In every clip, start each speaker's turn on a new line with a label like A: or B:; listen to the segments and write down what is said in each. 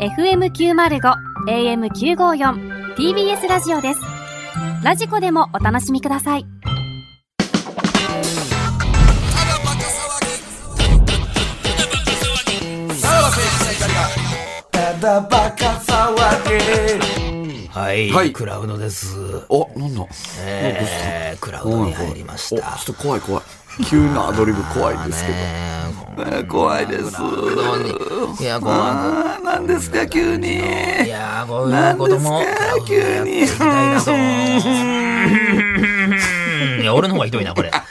A: FM905 AM954 TBS ラジオですラジコでもお楽しみください
B: はい、
C: はい
B: クラウドです。
C: お、なんだ。
B: えー、クラウドに入りまし
C: お
B: た。
C: ちょっと怖い怖い。急なアドリブ怖いですけ
B: ね
C: ど。えー怖いです。
B: えいや、こ
C: あーなんですか、急に。
B: う、いやー、こういうことも、クラウドでやっていきたいなと。うんいや、俺の方がひどいな、これ。やっ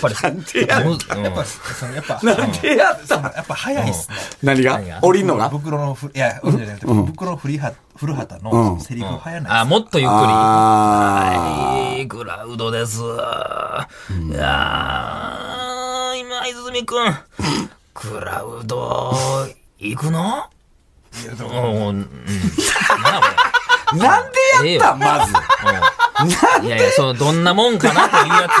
B: ぱり、なんてや
D: そのやっぱ、
C: えやった
D: やっぱ早いっすね。
C: 何が降りんのが
D: 袋のふ、いや、うんじゃなくて、袋の振りは、古畑のセリフ早ないっすね
B: あ、もっとゆっくり。
C: あ
B: はい、クラウドです。いやー、今、泉くん、クラウド、行くのいや、でも、うん、なあ、
C: ーなんでやったんまず。
B: 俺。いやいや、その、どんなもんかなというやつや。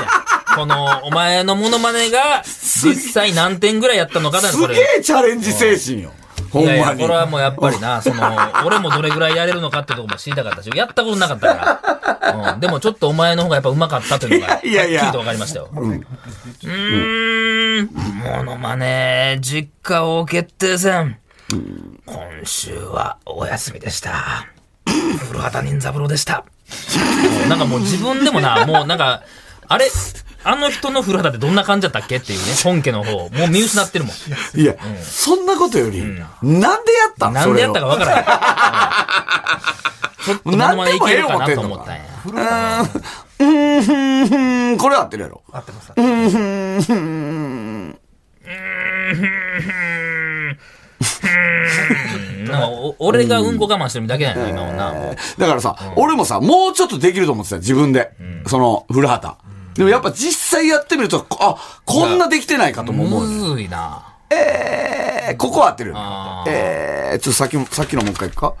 B: この、お前のモノマネが、実際何点ぐらいやったのかだよ、
C: す
B: こ
C: げ
B: れ。
C: えチャレンジ精神よ。ほ
B: い
C: ん
B: やいや、
C: ま
B: こ
C: に
B: れ。はもうやっぱりな、その、俺もどれぐらいやれるのかってとこも知りたかったし、やったことなかったから。うん、でもちょっとお前の方がやっぱ上手かったというのが、
C: いやいや
B: はっきりと分かりましたよ。うーん、モノマネ、実家王決定戦。今週はお休みでした。古畑任三郎でした。もうなんかもう自分でもな、もうなんか、あれあの人の古畑ってどんな感じだったっけっていうね、本家の方、もう見失ってるもん。
C: いや、そんなことより、なんでやったん
B: なんでやったかわからない。ちょっと
C: な
B: 何
C: ん
B: ま
C: で
B: でい
C: も
B: け
C: ええ
B: る
C: 思
B: か
C: っ
B: な
C: てん
B: と
C: の
B: 思
C: か
B: ったんや。
C: それをうーんふんふん、これ合ってるやろ。
D: 合ってます。
B: なんかお俺がうんこ我慢してるだけなんや、今はな。もう
C: だからさ、俺もさ、もうちょっとできると思ってた、自分で。その、古畑。でもやっぱ実際やってみると、こあ、こんなできてないかとも思うね。
B: むずいな。
C: えー、ここは合ってるよね
B: あ。
C: えー、ちょっとさっきも、さっきのもう一回いくか。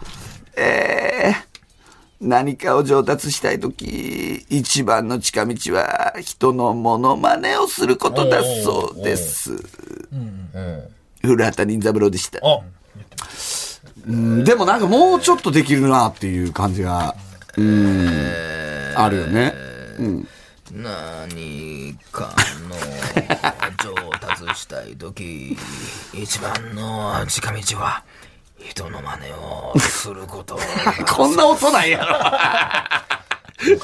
C: えー、何かを上達したいとき、一番の近道は人のモノマネをすることだそうです。古畑任三郎でした。
B: あ、
C: うんでもなんかもうちょっとできるなっていう感じが、うん、あるよね。
B: 何かの上達したいとき、一番の近道は、人の真似をすること。
C: こんな遅ないやろ。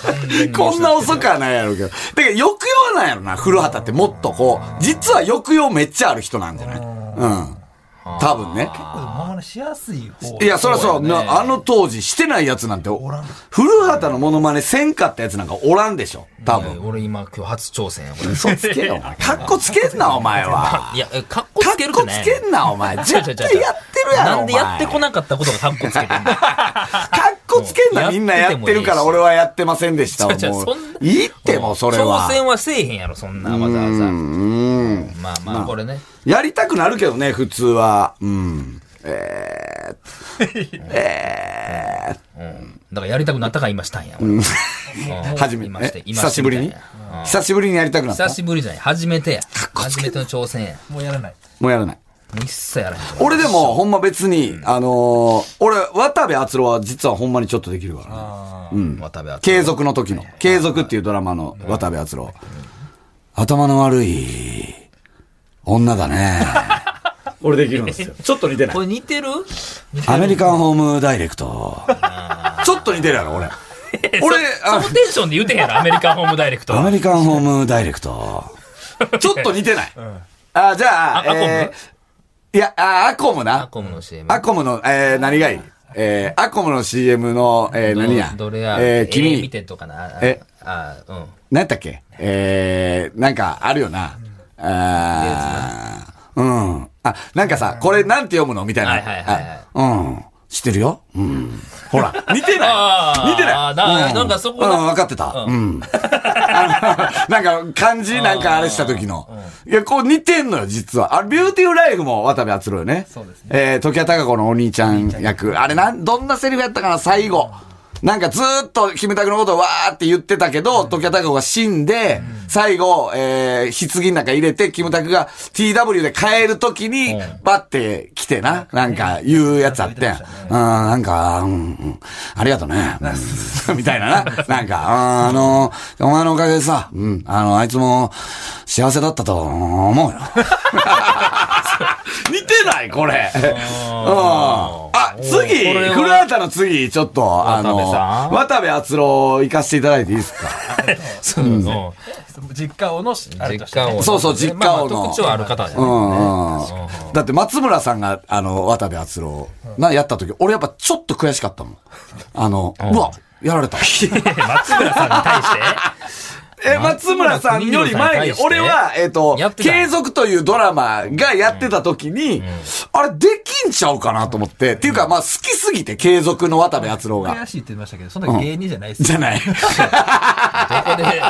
C: こんな遅くはないやろうけど。だから抑揚なんやろな、古畑ってもっとこう、実は抑揚めっちゃある人なんじゃないうん。多分ね。
D: モノマネしやすい方。
C: いや、そりゃそう、なあの当時してないやつなんて、
D: らん
C: 古畑のモノマネせんかったやつなんかおらんでしょ。多分。
B: 俺今今日初挑戦や、これ。
C: 嘘つけ よ、お前。かっこつけんな、お前は。
B: いや、えかっこつける
C: か
B: っ
C: ってこ
B: ね
C: つけんな、お前。絶対やってるやろ。
B: なんでやってこ
C: い。
B: なかったことがかっこつけてんだよ
C: かっこつけんな、
B: うん
C: みんなやってるか
B: や
C: ら
B: っててもいいし
C: 俺はやってませんでした。も
B: 違う違うそん
C: う。いいってもうそれは
B: 挑。戦はせえへんやろ、そんなわざわざ。まあまあ、これね。
C: やりたくなるけどね、普通は。うん。え ー、え
B: だからやりたくなったから今したんや。俺うん
C: ー、初め
B: 今して
C: て、え久しぶりに久しぶりにやりたくなった
B: 久。しぶりじゃない。初めてや。初めての挑戦や。
D: もうやらない。
C: もうやらない。
B: もう一切やらへん。
C: 俺でも、ほんま別に、あのー俺、渡部篤郎は実はほんまにちょっとできるから、ね。
B: 渡部篤郎
C: 継続の時の。継続っていうドラマの渡部篤郎。頭の悪い、女だね。 俺できるんですよ。ちょっと似てな
B: こ。れ似てる
C: アメリカンホームダイレクト。ちょっと似てるやろ、 俺。俺、
B: そ
C: あ
B: のテンションで言うてへんやろ、アメリカンホームダイレクト。
C: アメ
B: あ
C: リカンホームダイレクト。ちょっと似てない。あ、じ
B: あ
C: ゃあ、
B: アコム
C: えーいや、あ、アコムな。
B: コムの CM。
C: アコムの、えー、何がいいえー、アコムの CM の、えー、
B: ど
C: 何や
B: どれや。
C: えー、君、
B: 見てとかな。あ
C: え
B: あ、うん。
C: 何やったっけえー、なんかあるよな。あーうん。あ、なんかさ、これなんて読むのみたいな。
B: はいはいはいはい
C: あうん。知ってるようん。ほら、似て
B: あ
C: ない
B: ー
C: 似てない
B: あーな
C: う
B: なんかそこ
C: う
B: が
C: ん、分かってた。うん。あのなんか、漢字なんかあれした時の。いや、こう似てんのよ、実は。あれ、ビューティーライフも渡部篤郎よね。そうですね。えー、時矢孝子のお兄ちゃん役。あれ、なん、どんなセリフやったかな、最後。なんかずーっとキムタクのことをわーって言ってたけど、時矢孝子が死んで、最後、えー、棺の中入れて、キムタクが TW で帰るときに、バッて来てな、なんか言うやつあって、うん、なんか、うん、うんありがとうね、うん みたいなな、なんか、あーあのー、お前のおかげでさ、うん、あの、あいつも幸せだったと思うよ。 似てないこれ。うん。あ、次、
B: これは
C: 古畑の次、ちょっと、あの
B: 渡部さ、ん
C: 渡部篤郎行かせていただいていいですか
B: そうそう。
D: 実家をのし、あれと
B: 実
D: して
B: 家を。
C: そうそう実家を
B: まあまあ特徴ある方じゃ
C: う
B: ない。
C: んうん。 だって松村さんが、あの、渡部篤郎、な、やった時、俺やっぱちょっと悔しかったもん。あの、うわ、やられ た。
B: 松村さんに対して
C: え、松村さんより前に、俺は、えっ、と
B: やっ、てた
C: 継続というドラマがやってた時に、あれできんちゃうかなと思って、っていうか、まあ好きすぎて継続の渡部篤郎
D: 悔
C: が。
D: しいって言ってましたけど、そんな芸人じゃないです
C: じゃない。
B: どこで、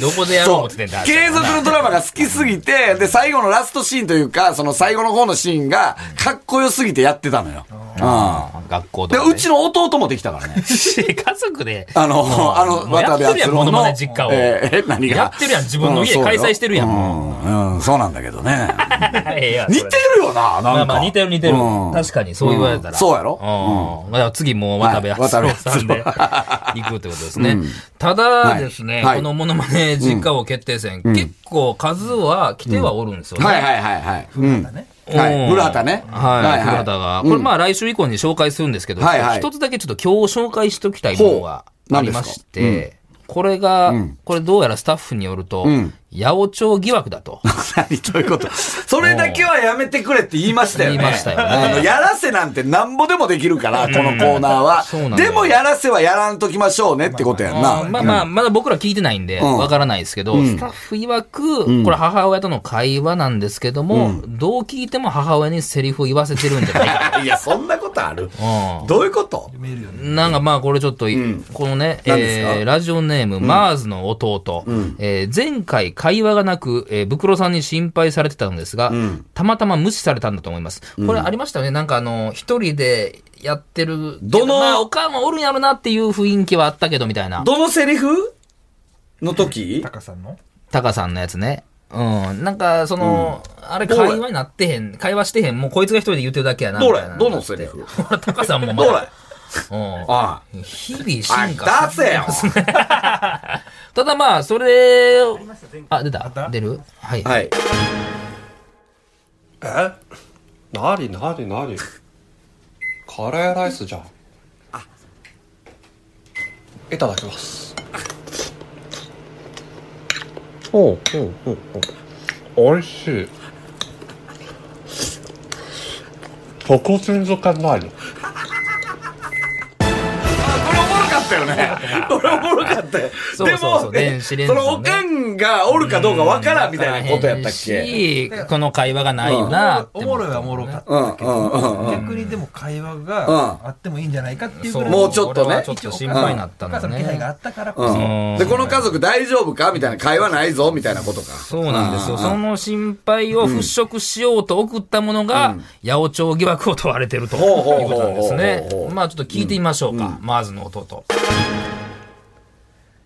B: ど こでやろう思ってんだ。
C: 継続のドラマが好きすぎて、で、最後のラストシーンというか、その最後の方のシーンが、かっこよすぎてやってたのよ。う
B: 学校
C: ん。
B: と
C: で、
B: かね。
C: うちの弟もできたからね。
B: 家族で。
C: あの、あの、
B: もうや
C: 渡
B: って
C: 部
B: るやん
C: 篤郎
B: モノマ
C: の
B: ネ、実家を
C: えーえ、何が
B: やってるやん自分の家
C: うんそうよ
B: 開催してるやん
C: うん、うんそうなんだけどね。
B: ええやん
C: 似
B: そ
C: て
B: れ
C: るよな、なんか。
B: まあまあ似てる似てる
C: うん。
B: 確かに、そう言われた
C: うん
B: ら。
C: そうやろ
B: うん。まあだから次もう渡部篤郎さんで 行くってことですね。ただですね、
C: はい
B: このモノマネ実家王決定戦、結構数は来てはおるんですよね。
C: はいはいはいはい。うん。
D: ね。
C: はい
B: うん
C: 古畑ね
B: はい。
C: はいはい
B: 古畑が。これまあ来週以降に紹介するんですけど、
C: はいはい
B: 一つだけちょっと今日紹介しときたいものが
C: ほう
B: ありまして、これが、これどうやらスタッフによると、八百長疑惑だと。
C: 何ということそれだけはやめてくれって言いましたよね。
B: 言いましたよね
C: あのやらせなんてなんぼでもできるから、このコーナーは。
B: そうなんだ
C: で
B: よ
C: もやらせはやらんときましょうねってことやんな。
B: あーまあまあ、まだ僕ら聞いてないんで、
C: ん
B: わからないですけど、スタッフ曰く、これ母親との会話なんですけども、どう聞いても母親にセリフを言わせてるんじゃないか。
C: いや、そんなことある
B: う
C: どういうこと
D: メール読んで。
B: んなんかまあこれちょっとい、このね、
C: 何ですか
B: えーラジオネーム、マーズの弟、えー前回会話がなく、えー、ブクロさんに心配されてたのですが、たまたま無視されたんだと思います。これありましたよね、なんかあの、一人でやってる、
C: どの
B: まあおかんはおるんやろなっていう雰囲気はあったけどみたいな。
C: どのセリフの時
D: タカさんの
B: タカさんのやつね。うん。なんか、その、あれ、会話になってへん。会話してへん。もうこいつが一人で言ってるだけやな。
C: どれ
B: みたいな
C: どのセリフ
B: ほら、タカさんもま
C: どれ
B: だ。う
C: あ
B: ん。日々進
C: あ。
B: 化
C: あ、
B: す
C: 出せよ
B: ただまあ、それを、あ、出た出るはい。
C: はい。
E: えなになになにカレーライスじゃんいただきますおうおうおうおうおいしい特人漬けないの
C: これおもろかったよね。これおもろかったよ。
B: そうそうそう
C: でもね
B: 電子レンジ
C: そ
B: のね
C: のおかんがおるかどうかわからんみたいなことやったっ
B: 大
C: け
B: 変しこの会話がないな。
D: おもろいはおもろかっ
C: うんう
D: た。
C: んうんうん。
D: 逆にでも会話
C: うん
D: があってもいいんじゃないかっていうぐ
B: そ
D: らいの
C: もうちょっとね
B: 俺はちょっと心配になった
D: お
B: んだ
D: 母さんの気配があ
B: ね。
D: ったからこそ、
C: うん、でこの家族大丈夫かみたいな会話ないぞみたいなことか
B: そうなんですよ。その心配を払拭しようと送ったものが、八百長疑惑を問われてるという
C: ほうほうほ
B: こ
C: うほう
B: となんですね
C: ほうほうほ。う
B: まあちょっと聞いてみましょうか。マーズの弟。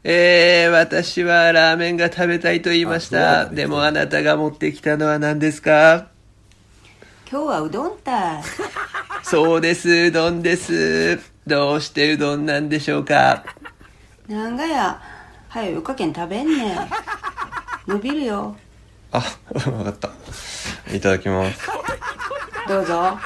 F: えー、私はラーメンが食べたいと言いました。でもあなたが持ってきたのは何ですか
G: 今日はうどんたい
F: そうです、うどんです。どうしてうどんなんでしょうか
G: なんがや早よかけん食べんねん伸びるよ
E: あわかったいただきます
G: どうぞ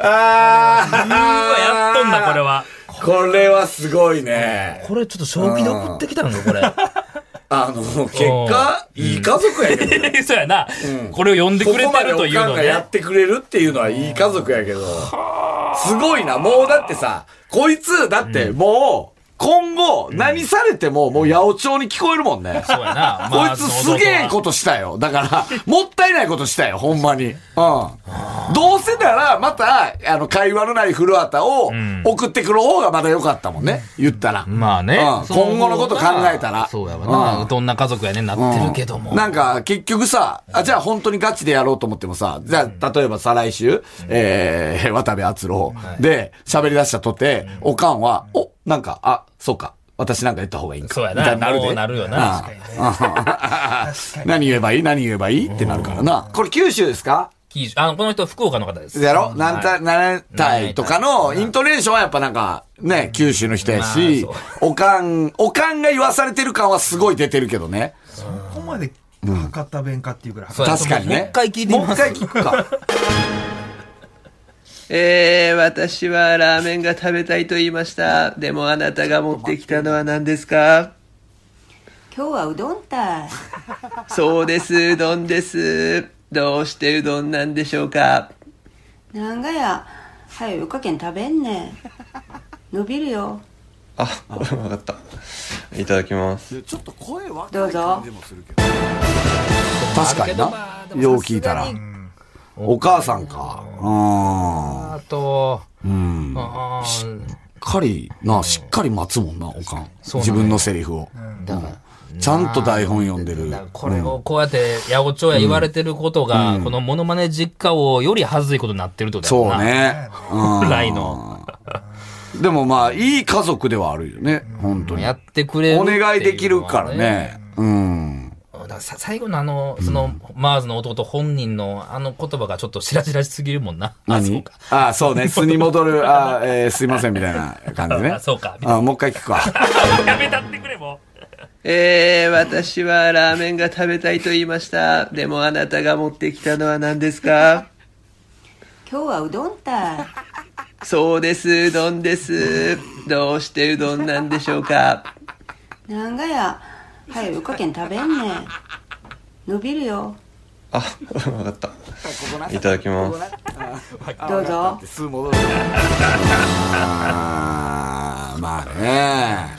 C: ああ
B: やっとんだ、これは。
C: これはすごいね
B: これちょっと正気で送ってきたのか、これ。
C: あの結果いい家族やけ ど
B: そうやな。これを呼んで
C: こ
B: くれ
C: こ
B: て
C: まで
B: る
C: お
B: という
C: かん
B: の
C: がや
B: ね
C: っ。てくれるっていうのはいい家族やけどすごいなもうだってさこいつだってもう今後何されてももう八百長に聞こえるもんね
B: そうやな。。
C: こいつすげえこととしたよだからもったいないことしたよほんまにうんどうせなら、また、あの、会話のない古畑を送ってくる方がまだ良かったもんね。言ったら。
B: まあね
C: うん。
B: その
C: 今後のこと考えたら。
B: そうやわな。どんな家族やねんなってるけども。
C: なんか、結局さ、あ、じゃあ本当にガチでやろうと思ってもさ、じゃあ、例えば再来週、えー、渡部篤郎で喋り出したとて、おかんは、お、なんか、あ、そうか、私なんか言った方がいいんか。
B: そうや
C: みたい
B: な。
C: になる
B: も
C: で。
B: うなるよな。
C: 何言えばいい何言えばいいってなるからな。これ九州ですか
B: 喜寿あの、この人福岡の方です。
C: やろ何
B: はい
C: 体、何体とかのイントネーションはやっぱなんか、ね、九州の人やし
B: まあ、
C: おかん、おかんが言わされてる感はすごい出てるけどね。
D: ここまで博多弁かっていうぐらい
B: そうや
C: 確かにね。
B: もう一回聞いてみ
C: もう
B: ま
C: 一
B: す。
C: 回聞くか。
F: えー、私はラーメンが食べたいと言いました。でもあなたが持ってきたのは何ですか
G: 今日はうどんたい。
F: そうです、うどんです。どうしてうどんなんでしょうか
G: なんがや、はよ、うかけん食べんね。伸びるよ。
E: あ、わかった。いただきます。
C: ちょっと声は
G: どうぞ。
C: 確かに
B: あ
C: な。
B: るけど
C: よう聞いたら
B: さすが。
C: お母さんか。うん。
B: あと、
C: うん。
B: あ
C: しっかり、な、しっかり待つもんな、おかん。
B: うなの
C: 自分のセリフを。うんちゃんと台本読んでる
B: ー。これをこうやって、八百長や言われてることが、このモノマネ実家をより恥ずいことになってるってこと
C: そう
B: やな。。
C: ね。うん
B: 本来の。
C: でもまあ、いい家族ではあるよね。本当に。
B: やってくれるっ
C: お
B: ていうのは
C: 願いできるから。ね。うん。
B: だからさ最後のあの、その、マーズの弟本人のあの言葉がちょっとしらしらしすぎるもんな。あ、そう
C: 何
B: か。
C: あ、そ うね。素に戻る。あ、えーすいません、みたいな感じね。
B: あ そうか
C: あ、もう一回聞くわ。
B: やめたってくれもう。
F: えー、私はラーメンが食べたいと言いました。でもあなたが持ってきたのは何ですか
G: 今日はうどんたい。
F: そうです、うどんです。どうしてうどんなんでしょうか
G: なんがや、はよ、うかけん食べんね。伸びるよ。
E: あ、わかった。いただきます。
G: どうぞ。
C: すぐ戻る。あーまあ ね。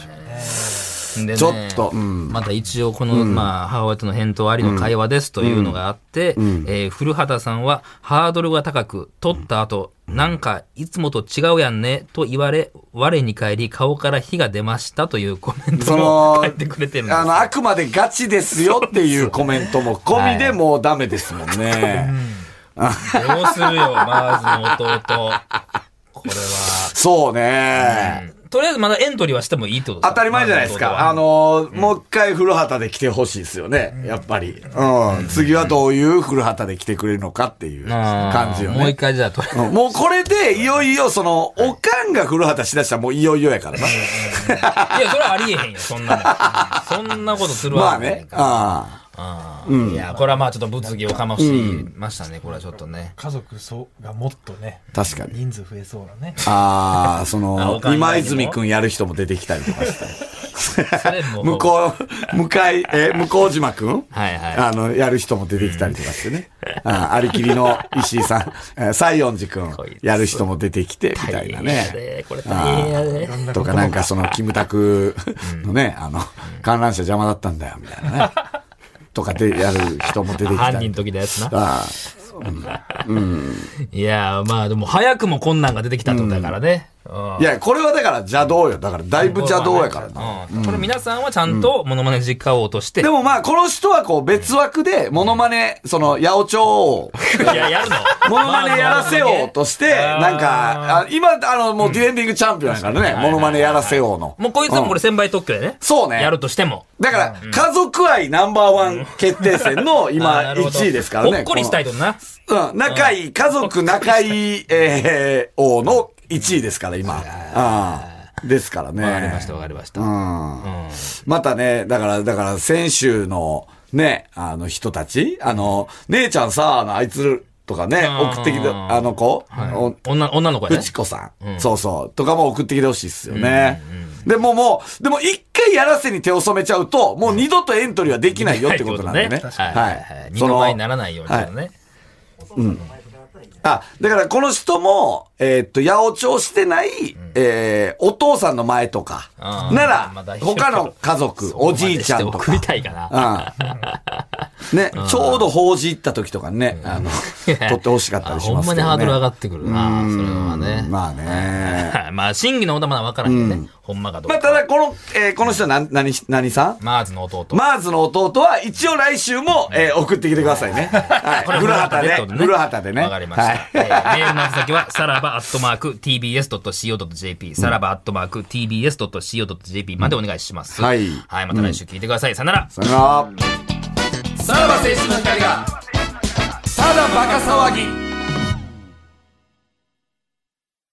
B: でね
C: ちょっとうん
B: また一応この、まあ、母親との返答ありの会話ですというのがあって、えー古畑さんはハードルが高く、取った後、なんかいつもと違うやんねと言われ、我に返り顔から火が出ましたというコメント
C: そ
B: も
C: の、
B: 書いてくれてるんです
C: あの、あくまでガチですよっていうコメントも込みでもうダメですもんね。
B: どうするよ、マーズの弟。これは。
C: そうね。
B: とりあえずまだエントリーはしてもいいってこと
C: 当たり前じゃないですか。あ
B: の、
C: のーもう一回古畑で来てほしいですよね。やっぱり。うん。次はどういう古畑で来てくれるのかっていう感じよ
B: もう一
C: ね。
B: 回じゃあ、とりあえず
C: うんもうこれで、いよいよ、その、おかんが古畑しだしたらもういよいよやからな。
B: いや、それはありえへんよ、そんなの。そんなことする
C: ま
B: わ
C: あ
B: けない
C: ね。
B: から。
C: あ
B: うんいや、これはまあちょっと物議をかましましたね、これはちょっとね。
D: 家族そうがもっとね
C: あ、確かに。
D: 人数増えそうなね
C: ああ、そ
B: あ
C: の
B: お、かん以
C: 今
B: 外にも
C: 泉くんやる人も出てきたりとかして
B: れ。も
C: 向こう、向かい、え、向島くん
B: はいはい
C: あの、やる人も出てきたりとかしてね。あありきりの石井さん、え西園寺くん
B: こいつ
C: やる人も出てきて、みたいなね。
B: ね。これ大変やで。
C: とかなんかその、キムタクのね、あの、観覧車邪魔だったんだよ、みたいなね。とかでやる人も出てきた
B: 犯
C: り
B: 人
C: と
B: の時のやつな。
C: か。
B: いや、まあでも早くも困難が出てきたってことだからね。うん
C: いや、これはだから邪道よ。だからだいぶ邪道やからな。
B: うんこれ皆さんはちゃんとモノマネ実家を落として。
C: でもまあ、この人はこう別枠で、モノマネ、その、八百長を、
B: いや、やるの。
C: モノマネやらせようとして、
B: あー
C: なんか、あ今、あの、もうディフェンディングチャンピオンやからね、モノマネやらせようの。
B: もうこいつはもうこれ先輩特許やね。
C: そうね
B: やるとしても。
C: だから、家族愛ナンバーワン決定戦の
B: あー
C: 今、
B: なるほど
C: 1位ですからね。
B: ほっこりしたいとな。
C: このうん、仲いい、家族仲いい、えー、王の1位ですから、今。あーですからね。
B: わかりました、わかりました。
C: またね、だから、だから、先週の、ね、あの人たち、あの、姉ちゃんさ、あの、あいつとかね、
B: うん
C: 送ってきた、あの子、お
B: 女、女の子や
C: ふ
B: ね
C: ち。こさん,、そうそう。とかも送ってきてほしいっすよね。でももう、でも一回やらせに手を染めちゃうと、もう二度とエントリーはできないよってことなんでね。
B: はいはいはい。二の舞にならないように
C: は
B: だ
C: い
B: よね。
C: あ、だからこの人も、えーっと、八百長してない、えーお父さんの前とか、
B: あー
C: な
B: ま
C: ら
B: だ、いいけど
C: 他の家族、おじいちゃん
B: そ
C: と
B: こまでして送
C: か。
B: りたいかな。
C: うんね、ちょうど法事行った時とかね、あの、 取ってほしかったりし
B: ほ
C: ま
B: ん
C: す
B: ま
C: けど、
B: に
C: ね。
B: ハードル上がってくるな、それはね。
C: まあね。
B: はい まあ、真偽のお玉は分からんけどね、ほんまかどう
C: ま
B: か。
C: あ、ただ、この、えーこの人は何、何、何さん
B: マーズの弟。
C: マーズの弟は一応来週も、えー送ってきてくださいね。はい。
B: これは
C: 古畑
B: ベッ
C: で
B: ド。
C: 古畑でね。
B: わかりました。
C: はい
B: えーメールの宛先は、さらばアットマーク tbs.co.jp、さらばアットマーク tbs.co.jp までお願いします。
C: はい
B: はい、また来週聞いてください。さよなら。
C: さよなら。
B: さらば青春の光が。
C: ただバカ騒ぎ。